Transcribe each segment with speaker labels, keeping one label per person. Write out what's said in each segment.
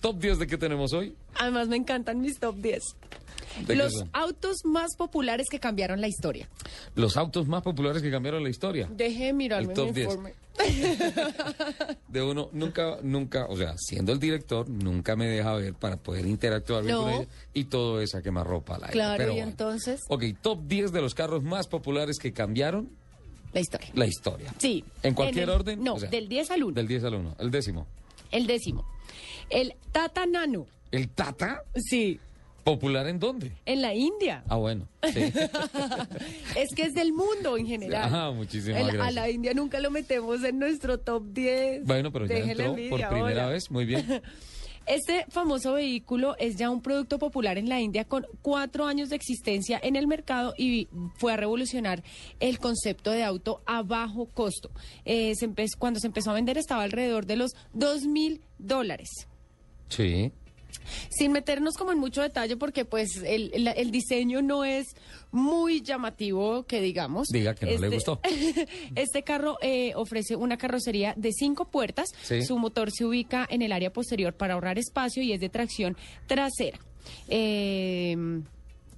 Speaker 1: top 10 de qué tenemos hoy?
Speaker 2: Además, me encantan mis top 10.
Speaker 1: ¿De qué
Speaker 2: Los
Speaker 1: son?
Speaker 2: autos más populares que cambiaron la historia.
Speaker 1: Los autos más populares que cambiaron la historia.
Speaker 2: Deje de mirarme
Speaker 1: El top
Speaker 2: mi
Speaker 1: 10.
Speaker 2: informe.
Speaker 1: De uno, nunca, nunca, o sea, siendo el director, nunca me deja ver para poder interactuar bien
Speaker 2: No.
Speaker 1: con ella. Y todo es a quemarropa al aire.
Speaker 2: Claro,
Speaker 1: Pero
Speaker 2: y
Speaker 1: bueno.
Speaker 2: entonces
Speaker 1: Ok, top 10 de los carros más populares que cambiaron
Speaker 2: la historia.
Speaker 1: la historia.
Speaker 2: Sí.
Speaker 1: ¿En cualquier
Speaker 2: el-
Speaker 1: orden?
Speaker 2: No,
Speaker 1: O sea,
Speaker 2: del 10 al 1.
Speaker 1: Del 10 al 1. El décimo.
Speaker 2: El décimo. El Tata Nano.
Speaker 1: ¿El Tata?
Speaker 2: Sí.
Speaker 1: ¿Popular en dónde?
Speaker 2: En la India.
Speaker 1: Ah, bueno. Sí.
Speaker 2: es que es del mundo en general.
Speaker 1: Ah, muchísimas
Speaker 2: El- A
Speaker 1: gracias.
Speaker 2: la India nunca lo metemos en nuestro top 10.
Speaker 1: bueno, pero ya
Speaker 2: Deje la
Speaker 1: entró
Speaker 2: envidia,
Speaker 1: por primera
Speaker 2: hola.
Speaker 1: vez. Muy bien.
Speaker 2: Este famoso vehículo es ya un producto popular en la India con cuatro años de existencia en el mercado y fue a revolucionar el concepto de auto a bajo costo. Eh, se empe- cuando se empezó a vender estaba alrededor de los dos mil dólares.
Speaker 1: Sí.
Speaker 2: Sin meternos como en mucho detalle porque pues el, la- el diseño no es muy llamativo que digamos.
Speaker 1: Diga que no le gustó.
Speaker 2: Este carro eh, ofrece una carrocería de cinco puertas.
Speaker 1: Sí.
Speaker 2: Su motor se ubica en el área posterior para ahorrar espacio y es de tracción trasera. Eh,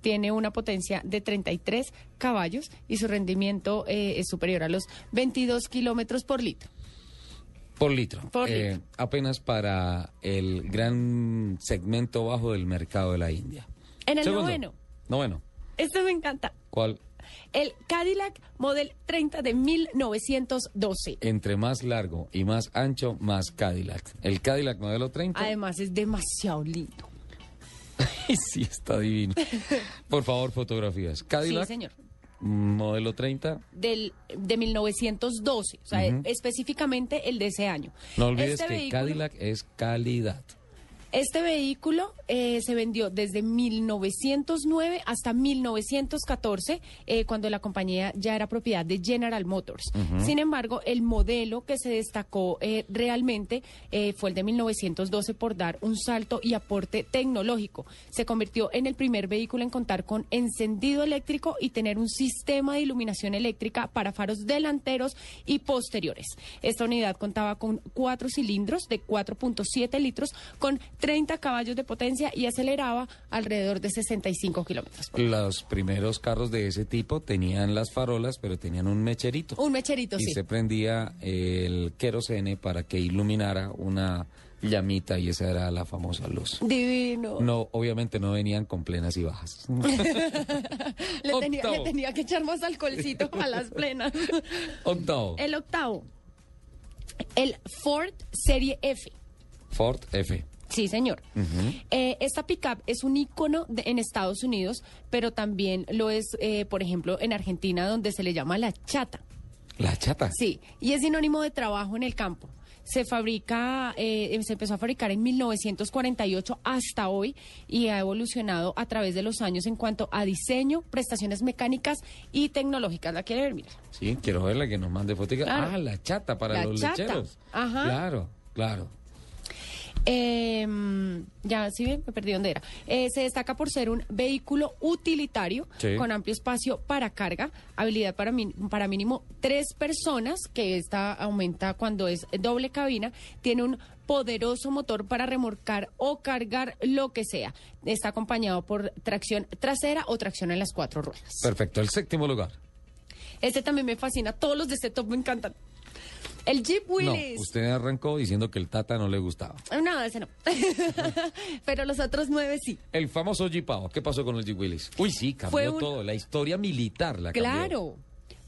Speaker 2: tiene una potencia de 33 caballos y su rendimiento eh, es superior a los 22 kilómetros por litro.
Speaker 1: Por litro. Eh,
Speaker 2: Por litro.
Speaker 1: Apenas para el gran segmento bajo del mercado de la India.
Speaker 2: En el
Speaker 1: Segundo.
Speaker 2: noveno.
Speaker 1: Noveno.
Speaker 2: Esto me encanta.
Speaker 1: ¿Cuál?
Speaker 2: El Cadillac Model 30 de 1912.
Speaker 1: Entre más largo y más ancho, más Cadillac. El Cadillac modelo 30.
Speaker 2: Además es demasiado lindo.
Speaker 1: sí, está divino. Por favor, fotografías. Cadillac.
Speaker 2: Sí, señor.
Speaker 1: Modelo 30.
Speaker 2: Del, de 1912, o sea,
Speaker 1: Ujú.
Speaker 2: específicamente el de ese año.
Speaker 1: No olvides
Speaker 2: Este
Speaker 1: que
Speaker 2: vehículo-
Speaker 1: Cadillac es calidad.
Speaker 2: Este vehículo eh, se vendió desde 1909 hasta 1914, eh, cuando la compañía ya era propiedad de General Motors. Sin embargo, el modelo que se destacó eh, realmente eh, fue el de 1912 por dar un salto y aporte tecnológico. Se convirtió en el primer vehículo en contar con encendido eléctrico y tener un sistema de iluminación eléctrica para faros delanteros y posteriores. Esta unidad contaba con cuatro cilindros de 4.7 litros con 30 caballos de potencia y aceleraba alrededor de 65 kilómetros. por hora.
Speaker 1: Los primeros carros de ese tipo tenían las farolas, pero tenían un mecherito.
Speaker 2: Un mecherito,
Speaker 1: y
Speaker 2: sí.
Speaker 1: se prendía el querosene para que iluminara una llamita y esa era la famosa luz.
Speaker 2: Divino.
Speaker 1: No, obviamente no venían con plenas y bajas.
Speaker 2: Le, tenía, le
Speaker 1: Octavo.
Speaker 2: tenía que echar más alcoholcito a las plenas.
Speaker 1: Octavo,
Speaker 2: El octavo. El Ford Serie F.
Speaker 1: Ford F.
Speaker 2: Sí, señor. Eh, esta pickup es un icono de- en Estados Unidos, pero también lo es, eh, por ejemplo, en Argentina, donde se le llama la chata.
Speaker 1: La chata.
Speaker 2: Sí, y es sinónimo de trabajo en el campo. Se fabrica, eh, se empezó a fabricar en 1948 hasta hoy y ha evolucionado a través de los años en cuanto a diseño, prestaciones mecánicas y tecnológicas. ¿La quiere ver? Mira.
Speaker 1: Sí, quiero verla que nos mande fotos.
Speaker 2: Claro.
Speaker 1: Ah, la chata para
Speaker 2: La
Speaker 1: los
Speaker 2: chata.
Speaker 1: lecheros.
Speaker 2: Ajá.
Speaker 1: Claro, claro.
Speaker 2: Eh, ya, sí, ven, me perdí dónde era. Eh, se destaca por ser un vehículo utilitario
Speaker 1: Sí.
Speaker 2: con amplio espacio para carga, habilidad para, min- para mínimo tres personas, que esta aumenta cuando es doble cabina. Tiene un poderoso motor para remorcar o cargar lo que sea. Está acompañado por tracción trasera o tracción en las cuatro ruedas.
Speaker 1: Perfecto, el séptimo lugar.
Speaker 2: Este también me fascina. Todos los de este top me encantan. El Jeep Willys.
Speaker 1: No, usted arrancó diciendo que el tata no le gustaba.
Speaker 2: No, ese no. Pero los otros nueve sí.
Speaker 1: El famoso Jeepao, ¿qué pasó con el Jeep Willis? Uy, sí,
Speaker 2: Fue
Speaker 1: cambió
Speaker 2: un-
Speaker 1: todo, la historia militar la cambió.
Speaker 2: Claro.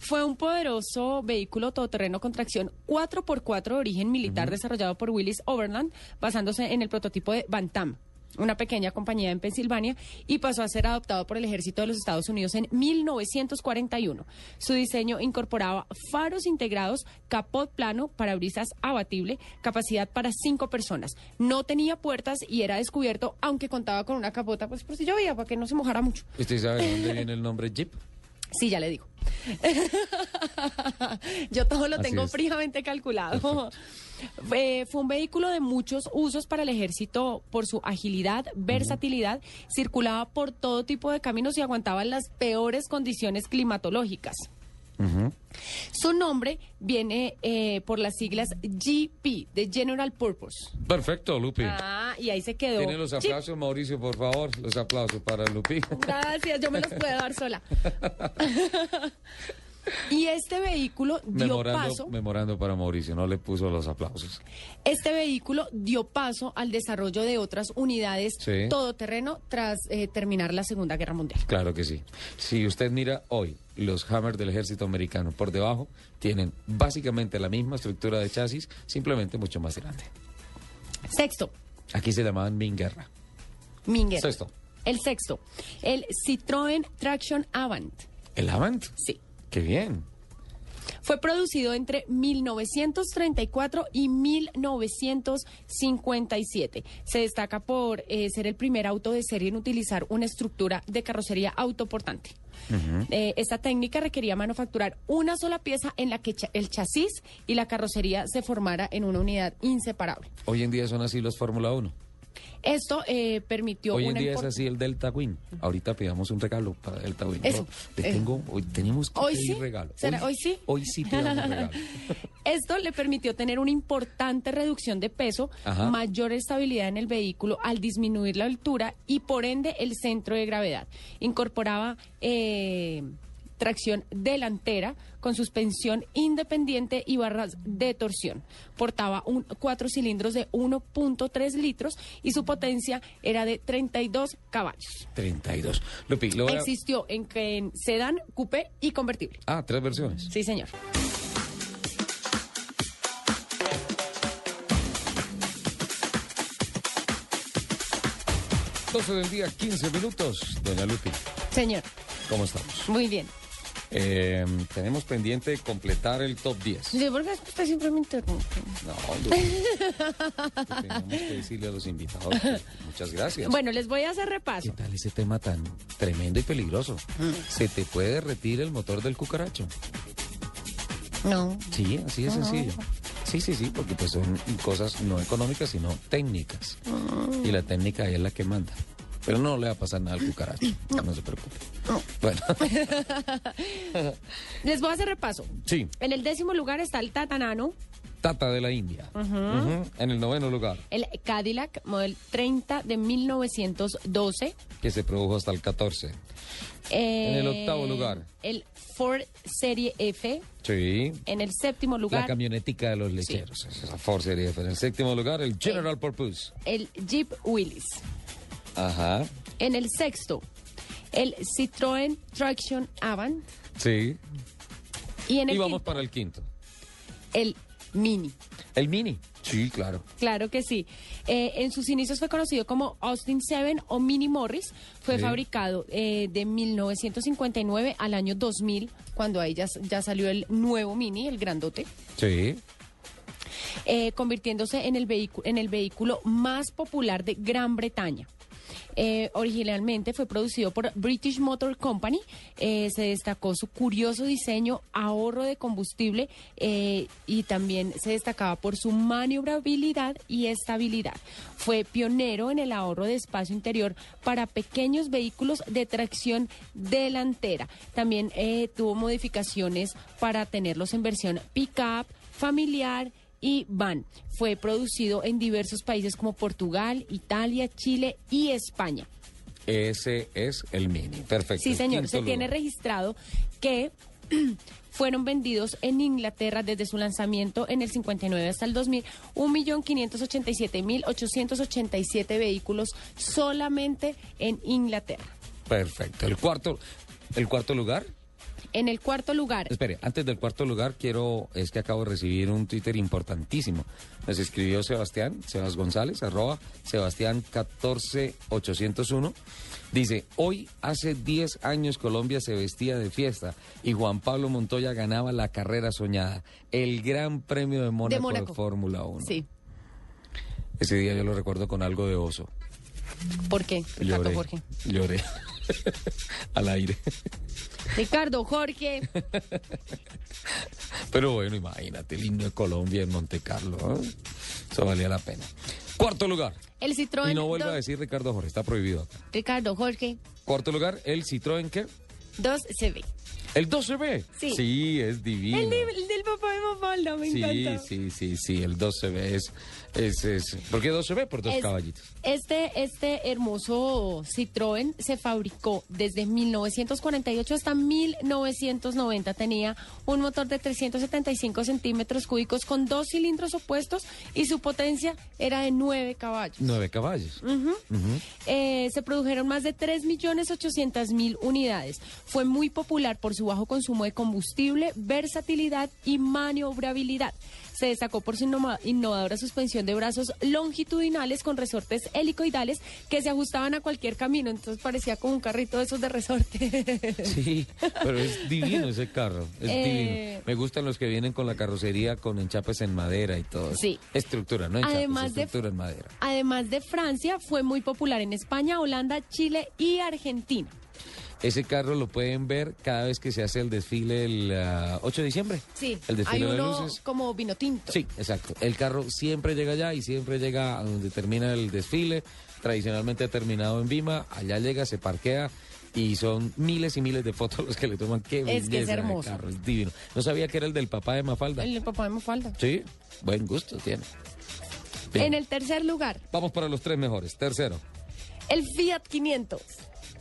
Speaker 2: Fue un poderoso vehículo todoterreno con tracción 4x4 de origen militar desarrollado por Willis Overland, basándose en el prototipo de Bantam, una pequeña compañía en Pensilvania, y pasó a ser adoptado por el ejército de los Estados Unidos en 1941. Su diseño incorporaba faros integrados, capot plano, parabrisas abatible, capacidad para cinco personas. No tenía puertas y era descubierto, aunque contaba con una capota, pues por si llovía, para que no se mojara mucho.
Speaker 1: ¿Usted sabe de dónde viene el nombre Jeep?
Speaker 2: Sí, ya le digo. Yo todo lo
Speaker 1: Así
Speaker 2: tengo
Speaker 1: es.
Speaker 2: fríamente calculado. Eh, fue un vehículo de muchos usos para el ejército por su agilidad, versatilidad, circulaba por todo tipo de caminos y aguantaba las peores condiciones climatológicas.
Speaker 1: Ujú.
Speaker 2: Su nombre viene eh, por las siglas GP, de General Purpose.
Speaker 1: Perfecto, Lupi.
Speaker 2: Ah, y ahí se quedó.
Speaker 1: Tienen los
Speaker 2: Sí,
Speaker 1: aplausos, Mauricio, por favor. Los aplausos para Lupi.
Speaker 2: Gracias, yo me los puedo dar sola. y este vehículo dio
Speaker 1: Memorando,
Speaker 2: paso,
Speaker 1: memorando para Mauricio, no le puso los aplausos.
Speaker 2: este vehículo dio paso al desarrollo de otras unidades
Speaker 1: Sí.
Speaker 2: todoterreno tras eh, terminar la Segunda Guerra Mundial.
Speaker 1: Claro que sí. Si usted mira hoy los Hammer del ejército americano por debajo, tienen básicamente la misma estructura de chasis, simplemente mucho más grande.
Speaker 2: Sexto,
Speaker 1: Aquí se llamaban Minguerra.
Speaker 2: Minguer.
Speaker 1: Sexto.
Speaker 2: El sexto, el Citroën Traction Avant.
Speaker 1: El Avant.
Speaker 2: Sí.
Speaker 1: Qué bien.
Speaker 2: Fue producido entre 1934 y 1957. Se destaca por eh, ser el primer auto de serie en utilizar una estructura de carrocería autoportante. Eh, esta técnica requería manufacturar una sola pieza en la que cha- el chasis y la carrocería se formara en una unidad inseparable.
Speaker 1: Hoy en día son así los Fórmula 1.
Speaker 2: Esto eh, permitió
Speaker 1: Hoy en
Speaker 2: una
Speaker 1: día es
Speaker 2: import-
Speaker 1: así el Delta Wing. Ahorita pidamos un regalo para Delta Wing.
Speaker 2: Eso,
Speaker 1: No, te
Speaker 2: eh.
Speaker 1: tengo, hoy tenemos que
Speaker 2: ¿Hoy
Speaker 1: pedir
Speaker 2: sí?
Speaker 1: regalo.
Speaker 2: ¿Será hoy sí?
Speaker 1: Hoy sí pidamos regalo.
Speaker 2: Esto le permitió tener una importante reducción de peso,
Speaker 1: Ajá.
Speaker 2: mayor estabilidad en el vehículo al disminuir la altura y por ende el centro de gravedad. Incorporaba eh, tracción delantera con suspensión independiente y barras de torsión. Portaba un, cuatro cilindros de 1.3 litros y su potencia era de 32 caballos.
Speaker 1: 32. Lupi, lo voy a-
Speaker 2: Existió en, en sedán, coupé y convertible.
Speaker 1: Ah, tres versiones.
Speaker 2: Sí, señor.
Speaker 1: Entonces del día, 15 minutos. Doña Lupi,
Speaker 2: Señor,
Speaker 1: ¿cómo estamos?
Speaker 2: muy bien.
Speaker 1: Eh, tenemos pendiente completar el top 10.
Speaker 2: Sí, porque usted siempre me interrumpe.
Speaker 1: No, Lupi. Tenemos que decirle a los invitados que muchas gracias.
Speaker 2: Bueno, les voy a hacer
Speaker 1: ¿Qué
Speaker 2: repaso.
Speaker 1: tal ese tema tan tremendo y peligroso?
Speaker 2: Mm.
Speaker 1: Se te puede derretir el motor del cucaracho.
Speaker 2: No.
Speaker 1: Sí, así de sencillo. Sí, sí, sí, porque pues son cosas no económicas, sino técnicas. Y la técnica es la que manda. Pero no le va a pasar nada al cucaracho, no, se preocupe. Bueno,
Speaker 2: Les voy a hacer repaso.
Speaker 1: sí,
Speaker 2: En el décimo lugar está el Tatanano,
Speaker 1: Tata de la India. Ujú, En el noveno lugar,
Speaker 2: el Cadillac, model 30 de 1912.
Speaker 1: que se produjo hasta el 14.
Speaker 2: Eh,
Speaker 1: En el octavo lugar.
Speaker 2: El Ford Serie F.
Speaker 1: Sí,
Speaker 2: En el séptimo
Speaker 1: la
Speaker 2: lugar,
Speaker 1: camionetica de los lecheros. Esa Ford Serie F. En el séptimo lugar, el General Purpose.
Speaker 2: el Jeep Willys.
Speaker 1: Ajá,
Speaker 2: En el sexto, el Citroën Traction Avant.
Speaker 1: sí.
Speaker 2: Y en el
Speaker 1: Y vamos
Speaker 2: quinto,
Speaker 1: para el quinto.
Speaker 2: el Mini.
Speaker 1: El Mini. Sí, claro.
Speaker 2: Claro que sí. Eh, en sus inicios fue conocido como Austin Seven o Mini Morris. Fue
Speaker 1: Sí.
Speaker 2: fabricado eh, de 1959 al año 2000, cuando ahí ya, s- ya salió el nuevo Mini, el grandote,
Speaker 1: Sí.
Speaker 2: eh, convirtiéndose en el, vehicu- en el vehículo más popular de Gran Bretaña. Eh, originalmente fue producido por British Motor Company. Eh, se destacó su curioso diseño, ahorro de combustible eh, y también se destacaba por su maniobrabilidad y estabilidad. Fue pionero en el ahorro de espacio interior para pequeños vehículos de tracción delantera. También eh, tuvo modificaciones para tenerlos en versión pickup, familiar y van. Fue producido en diversos países como Portugal, Italia, Chile y España.
Speaker 1: Ese es el mini. Perfecto.
Speaker 2: Sí,
Speaker 1: el
Speaker 2: señor,
Speaker 1: quinto
Speaker 2: se tiene
Speaker 1: lugar.
Speaker 2: registrado que fueron vendidos en Inglaterra desde su lanzamiento en el 59 hasta el 2000 1.587.887 vehículos solamente en Inglaterra.
Speaker 1: Perfecto. El cuarto, el cuarto lugar.
Speaker 2: En el cuarto lugar,
Speaker 1: Espere, antes del cuarto lugar quiero, es que acabo de recibir un Twitter importantísimo. Nos escribió Sebastián, Sebas González, arroba Sebastián 14801. Dice, hoy hace 10 años Colombia se vestía de fiesta y Juan Pablo Montoya ganaba la carrera soñada, el Gran Premio de Mónaco de,
Speaker 2: Mónaco.
Speaker 1: Fórmula 1.
Speaker 2: sí,
Speaker 1: Ese día yo lo recuerdo con algo de oso.
Speaker 2: ¿por qué? Ricardo
Speaker 1: Lloré,
Speaker 2: Jorge.
Speaker 1: Lloré. Al aire.
Speaker 2: Ricardo Jorge,
Speaker 1: Pero bueno, imagínate, el himno de Colombia en Monte Carlo. ¿eh? Eso valía la pena. Cuarto lugar.
Speaker 2: el Citroën.
Speaker 1: Y no vuelva
Speaker 2: dos-
Speaker 1: a decir Ricardo Jorge, está prohibido acá.
Speaker 2: Ricardo Jorge
Speaker 1: Cuarto lugar, el Citroën que
Speaker 2: 2 se ve.
Speaker 1: ¿El 12B?
Speaker 2: Sí.
Speaker 1: es divino.
Speaker 2: El, de- el del papá de Mafalda, me
Speaker 1: sí,
Speaker 2: encanta.
Speaker 1: sí, sí, sí, el 12B es, es, es... ¿Por qué 12B? Por dos
Speaker 2: Es-
Speaker 1: caballitos.
Speaker 2: Este, este hermoso Citroën se fabricó desde 1948 hasta 1990. Tenía un motor de 375 centímetros cúbicos con dos cilindros opuestos y su potencia era de 9 caballos.
Speaker 1: Nueve caballos.
Speaker 2: Ujú. Eh, se produjeron más de 3.800.000 unidades. Fue muy popular por su bajo consumo de combustible, versatilidad y maniobrabilidad. Se destacó por su innova- innovadora suspensión de brazos longitudinales con resortes helicoidales que se ajustaban a cualquier camino. Entonces parecía como un carrito de esos de resorte.
Speaker 1: Sí, pero es divino ese carro, es
Speaker 2: Eh,
Speaker 1: divino. Me gustan los que vienen con la carrocería con enchapes en madera y todo. eso.
Speaker 2: Sí.
Speaker 1: Estructura, no enchapes,
Speaker 2: Además de-
Speaker 1: estructura en madera.
Speaker 2: Además de Francia, fue muy popular en España, Holanda, Chile y Argentina.
Speaker 1: Ese carro lo pueden ver cada vez que se hace el desfile el ah, 8 de diciembre.
Speaker 2: Sí,
Speaker 1: el
Speaker 2: hay
Speaker 1: desfile de
Speaker 2: uno
Speaker 1: luces.
Speaker 2: como vino tinto.
Speaker 1: Sí, exacto. El carro siempre llega allá y siempre llega a donde termina el desfile. Tradicionalmente ha terminado en Vima, allá llega, se parquea y son miles y miles de fotos los que le toman. Qué
Speaker 2: Es que es
Speaker 1: belleza de
Speaker 2: hermoso.
Speaker 1: carro, es divino. No sabía que era el del papá de Mafalda.
Speaker 2: El papá de Mafalda.
Speaker 1: Sí, buen gusto tiene. Bien.
Speaker 2: En el tercer lugar,
Speaker 1: Vamos para los tres mejores. Tercero.
Speaker 2: el Fiat 500.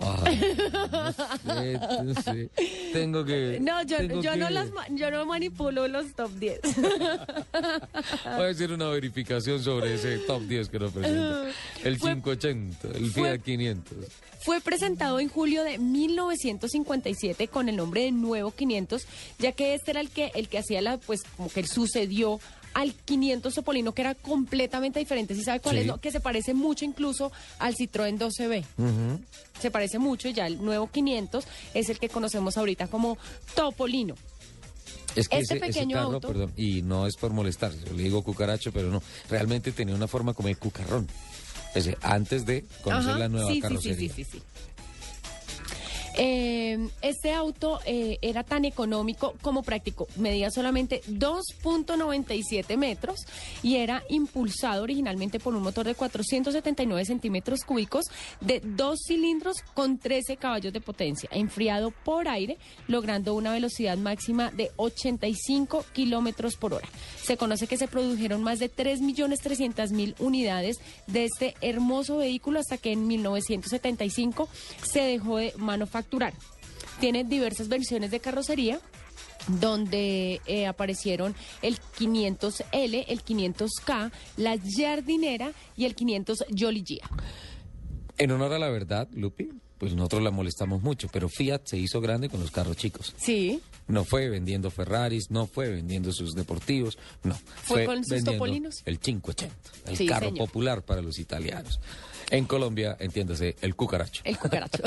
Speaker 1: Ay, no sé, no sé. Tengo que.
Speaker 2: No, yo,
Speaker 1: tengo
Speaker 2: yo, no
Speaker 1: que-
Speaker 2: las, ma- yo no manipulo los top 10.
Speaker 1: Voy a hacer una verificación sobre ese top 10 que nos presenta. El
Speaker 2: Fue-
Speaker 1: 580, el
Speaker 2: fue-
Speaker 1: Fiat 500.
Speaker 2: Fue presentado en julio de 1957 con el nombre de Nuevo 500, ya que este era el que, el que hacía la, pues como que sucedió al 500 Topolino, que era completamente diferente. ¿Sí sabe cuál
Speaker 1: Sí.
Speaker 2: es? no? Que se parece mucho incluso al Citroën 12B.
Speaker 1: Ujú.
Speaker 2: Se parece mucho y ya el Nuevo 500 es el que conocemos ahorita como Topolino.
Speaker 1: Es que ese,
Speaker 2: Este
Speaker 1: ese
Speaker 2: pequeño
Speaker 1: carro,
Speaker 2: auto-
Speaker 1: perdón, y no es por molestar, yo le digo cucaracho, pero no, realmente tenía una forma como de cucarrón. Ese, antes de conocer
Speaker 2: Ajá,
Speaker 1: la nueva
Speaker 2: sí, sí,
Speaker 1: carrocería.
Speaker 2: Sí, sí, sí, sí. Eh, este auto eh, era tan económico como práctico. Medía solamente 2.97 metros y era impulsado originalmente por un motor de 479 centímetros cúbicos de dos cilindros con 13 caballos de potencia, enfriado por aire, logrando una velocidad máxima de 85 kilómetros por hora. Se conoce que se produjeron más de 3.300.000 unidades de este hermoso vehículo hasta que en 1975 se dejó de manufacturar. Tiene diversas versiones de carrocería donde eh, aparecieron el 500L, el 500K, la Jardinera y el 500 Jolly Gia.
Speaker 1: En honor a la verdad, Lupi, pues nosotros la molestamos mucho, pero Fiat se hizo grande con los carros chicos.
Speaker 2: Sí,
Speaker 1: No fue vendiendo Ferraris, no fue vendiendo sus deportivos, no.
Speaker 2: Fue con sus
Speaker 1: vendiendo
Speaker 2: topolinos.
Speaker 1: El 580, el
Speaker 2: Sí,
Speaker 1: carro
Speaker 2: señor.
Speaker 1: popular para los italianos. En Colombia, entiéndase, el cucaracho.
Speaker 2: el cucaracho.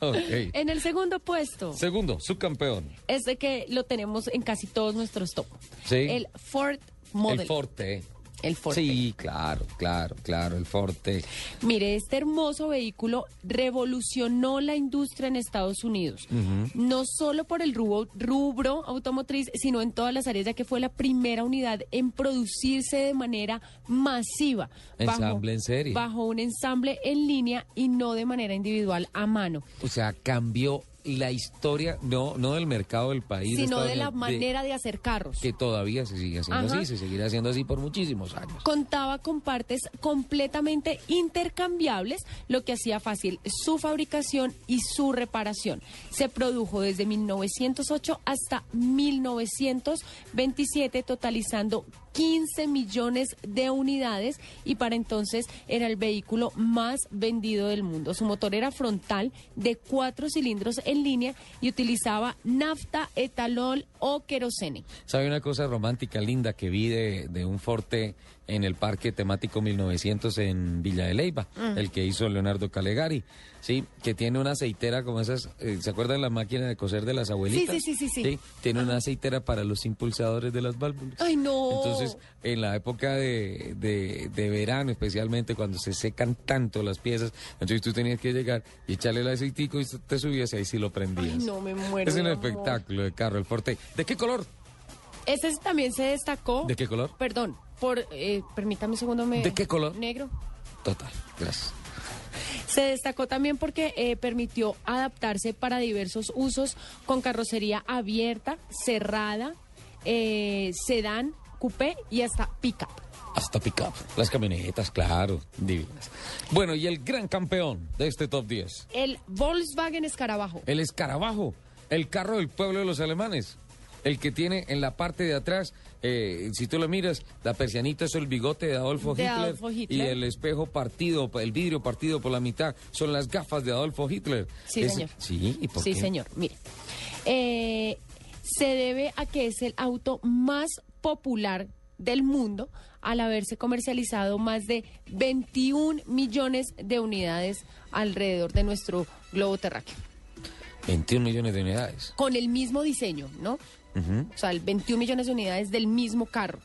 Speaker 1: Ok.
Speaker 2: en el segundo puesto,
Speaker 1: Segundo, subcampeón.
Speaker 2: este que lo tenemos en casi todos nuestros top.
Speaker 1: Sí.
Speaker 2: El Ford Model.
Speaker 1: El Forte.
Speaker 2: El Forte.
Speaker 1: Sí, claro, claro, claro, el Forte.
Speaker 2: Mire, este hermoso vehículo revolucionó la industria en Estados Unidos, no solo por el rubro, rubro automotriz, sino en todas las áreas, ya que fue la primera unidad en producirse de manera masiva.
Speaker 1: Ensamble en serie.
Speaker 2: Bajo un ensamble en línea y no de manera individual a mano,
Speaker 1: O sea, cambió la historia, no, no del mercado del país.
Speaker 2: sino
Speaker 1: Estados
Speaker 2: de la
Speaker 1: Unidos,
Speaker 2: manera de hacer carros.
Speaker 1: que todavía se sigue haciendo
Speaker 2: Ajá.
Speaker 1: así, se seguirá haciendo así por muchísimos años.
Speaker 2: contaba con partes completamente intercambiables, lo que hacía fácil su fabricación y su reparación. Se produjo desde 1908 hasta 1927, totalizando 15 millones de unidades y para entonces era el vehículo más vendido del mundo. Su motor era frontal de cuatro cilindros en línea y utilizaba nafta, etanol o querosene.
Speaker 1: ¿Sabe una cosa romántica, linda, que vi de, de un forte en el Parque Temático 1900 en Villa de Leyva,
Speaker 2: Mm.
Speaker 1: el que hizo Leonardo Calegari, ¿sí? Que tiene una aceitera como esas, eh, ¿se acuerdan la máquina de coser de las abuelitas?
Speaker 2: sí, sí, sí.
Speaker 1: Tiene una aceitera para los impulsadores de las válvulas.
Speaker 2: ¡Ay, no!
Speaker 1: Entonces, en la época de, de- de verano, especialmente cuando se secan tanto las piezas, entonces tú tenías que llegar y echarle el aceitico y te subías y ahí sí lo prendías.
Speaker 2: Ay, no, me muero
Speaker 1: Es un
Speaker 2: de amor.
Speaker 1: espectáculo de carro, el forte. ¿De qué color?
Speaker 2: Ese sí también se destacó.
Speaker 1: ¿De qué color?
Speaker 2: Perdón, por eh, permítame un segundo. Me...
Speaker 1: ¿De qué color?
Speaker 2: Negro.
Speaker 1: Total, gracias.
Speaker 2: Se destacó también porque eh, permitió adaptarse para diversos usos con carrocería abierta, cerrada, eh, sedán, coupé y hasta pickup.
Speaker 1: Hasta pick-up. Las camionetas, claro, divinas. Bueno, y el gran campeón de este top 10.
Speaker 2: El Volkswagen Escarabajo.
Speaker 1: El escarabajo, el carro del pueblo de los alemanes. El que tiene en la parte de atrás, eh, si tú lo miras, la persianita es el bigote de Adolfo,
Speaker 2: De
Speaker 1: Hitler,
Speaker 2: Adolfo Hitler.
Speaker 1: Y el espejo partido, el vidrio partido por la mitad, son las gafas de Adolfo Hitler.
Speaker 2: Sí,
Speaker 1: Es-
Speaker 2: señor.
Speaker 1: Sí, ¿y por
Speaker 2: Sí,
Speaker 1: qué?
Speaker 2: señor. Mire, eh, se debe a que es el auto más popular del mundo al haberse comercializado más de 21 millones de unidades alrededor de nuestro globo terráqueo.
Speaker 1: 21 millones de unidades.
Speaker 2: Con el mismo diseño, ¿no?
Speaker 1: Ujú.
Speaker 2: O sea, el 21 millones de unidades del mismo carro.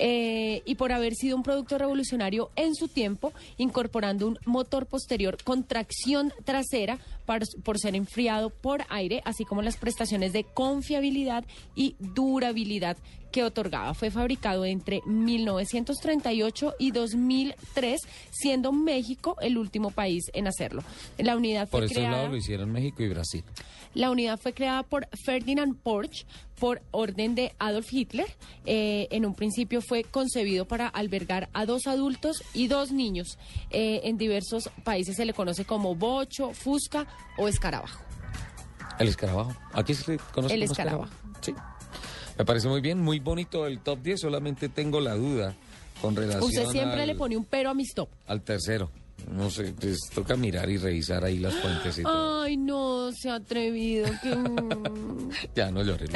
Speaker 2: Eh, y por haber sido un producto revolucionario en su tiempo, incorporando un motor posterior con tracción trasera par- por ser enfriado por aire, así como las prestaciones de confiabilidad y durabilidad que otorgaba. Fue fabricado entre 1938 y 2003, siendo México el último país en hacerlo. La unidad fue
Speaker 1: Por estos
Speaker 2: creada...
Speaker 1: lados lo hicieron México y Brasil.
Speaker 2: La unidad fue creada por Ferdinand Porsche por orden de Adolf Hitler. Eh, en un principio fue concebido para albergar a dos adultos y dos niños. Eh, en diversos países se le conoce como bocho, fusca o escarabajo.
Speaker 1: El escarabajo. Aquí se le conoce
Speaker 2: El
Speaker 1: como
Speaker 2: escarabajo.
Speaker 1: Sí. Me parece muy bien, muy bonito el top 10. Solamente tengo la duda con relación
Speaker 2: Usted siempre
Speaker 1: al,
Speaker 2: le pone un pero a mis top.
Speaker 1: al tercero. No sé, pues toca mirar y revisar ahí las fuentes y todo.
Speaker 2: Ay, mm. no, se ha atrevido. Que...
Speaker 1: Ya, no llores.